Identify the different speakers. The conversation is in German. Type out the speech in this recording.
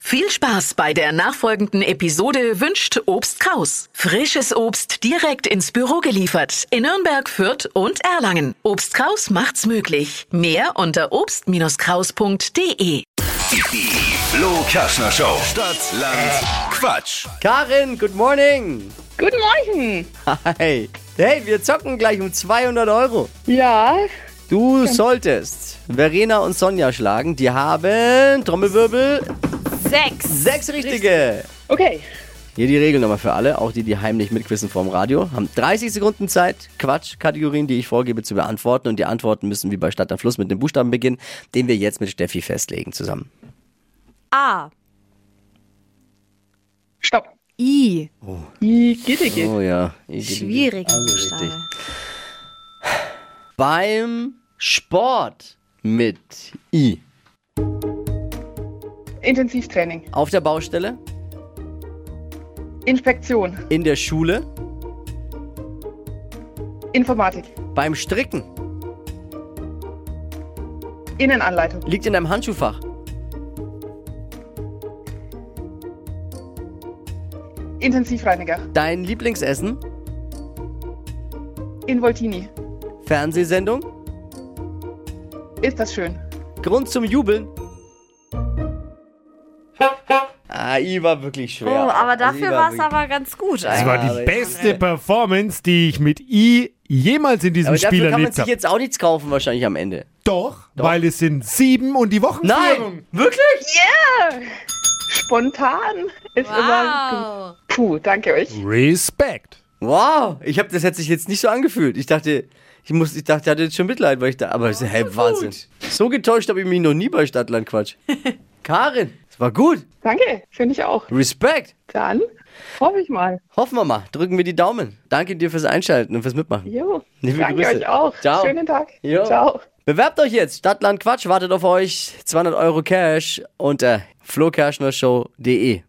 Speaker 1: Viel Spaß bei der nachfolgenden Episode wünscht Obst Kraus. Frisches Obst direkt ins Büro geliefert in Nürnberg, Fürth und Erlangen. Obst Kraus macht's möglich. Mehr unter obst-kraus.de.
Speaker 2: Die Flo Kaschner Show. Stadt, Land, Quatsch.
Speaker 3: Karin, good morning.
Speaker 4: Guten Morgen.
Speaker 3: Hi. Hey, wir zocken gleich um 200 Euro.
Speaker 4: Ja,
Speaker 3: Du solltest Verena und Sonja schlagen. Die haben, Trommelwirbel,
Speaker 5: Sechs.
Speaker 3: sechs richtige.
Speaker 4: okay.
Speaker 3: Hier die Regel nochmal für alle, auch die, die heimlich mitquissen vorm Radio, haben 30 Sekunden Zeit, Quatschkategorien, die ich vorgebe, zu beantworten. Und die Antworten müssen wie bei Stadt am Fluss mit dem Buchstaben beginnen, den wir jetzt mit Steffi festlegen zusammen.
Speaker 5: A.
Speaker 4: Stopp.
Speaker 5: I.
Speaker 4: Igidigig.
Speaker 3: Oh ja. Ich-
Speaker 5: Schwierig.
Speaker 3: Also richtig. Beim Sport mit I.
Speaker 4: Intensivtraining.
Speaker 3: Auf der Baustelle,
Speaker 4: Inspektion.
Speaker 3: in der Schule,
Speaker 4: Informatik.
Speaker 3: beim Stricken,
Speaker 4: Innenanleitung.
Speaker 3: liegt in deinem Handschuhfach,
Speaker 4: Intensivreiniger.
Speaker 3: dein Lieblingsessen,
Speaker 4: Involtini.
Speaker 3: Fernsehsendung,
Speaker 4: Ist das schön?
Speaker 3: Grund zum Jubeln. Ah, I war wirklich
Speaker 5: Oh,
Speaker 3: schwer.
Speaker 5: aber dafür
Speaker 3: I
Speaker 5: war es
Speaker 3: wirklich-
Speaker 5: aber ganz gut.
Speaker 6: Das
Speaker 5: eigentlich.
Speaker 6: war
Speaker 3: Ah, aber
Speaker 6: die
Speaker 3: ich-
Speaker 6: beste Performance, die ich mit I jemals in diesem
Speaker 3: Aber
Speaker 6: Spiel
Speaker 3: dafür kann man
Speaker 6: erlebt
Speaker 3: sich
Speaker 6: habe.
Speaker 3: jetzt auch nichts kaufen wahrscheinlich am Ende.
Speaker 6: Doch, weil es sind sieben und die Wochenführung.
Speaker 3: Nein, wirklich?
Speaker 4: Yeah! Spontan ist immer
Speaker 5: Wow.
Speaker 4: gut. Puh, danke euch.
Speaker 6: Respekt.
Speaker 3: Wow, ich habe das hat sich jetzt nicht so angefühlt. Ich dachte, ich muss, ich dachte, ich hatte jetzt schon Mitleid, weil ich da, aber hey, Wahnsinn. So getäuscht habe ich mich noch nie bei Stadtlandquatsch. Karin, es war gut.
Speaker 4: Danke, finde ich auch.
Speaker 3: Respekt.
Speaker 4: Dann hoffe ich mal.
Speaker 3: Hoffen wir mal. Drücken wir die Daumen. Danke dir fürs Einschalten und fürs Mitmachen.
Speaker 4: Jo.
Speaker 3: Liebe
Speaker 4: danke
Speaker 3: Grüße.
Speaker 4: euch auch.
Speaker 3: Ciao.
Speaker 4: Schönen Tag.
Speaker 3: Jo.
Speaker 4: Ciao.
Speaker 3: Bewerbt euch jetzt. Stadtland Quatsch wartet auf euch. 200 Euro Cash unter äh, flokerschnershow.de.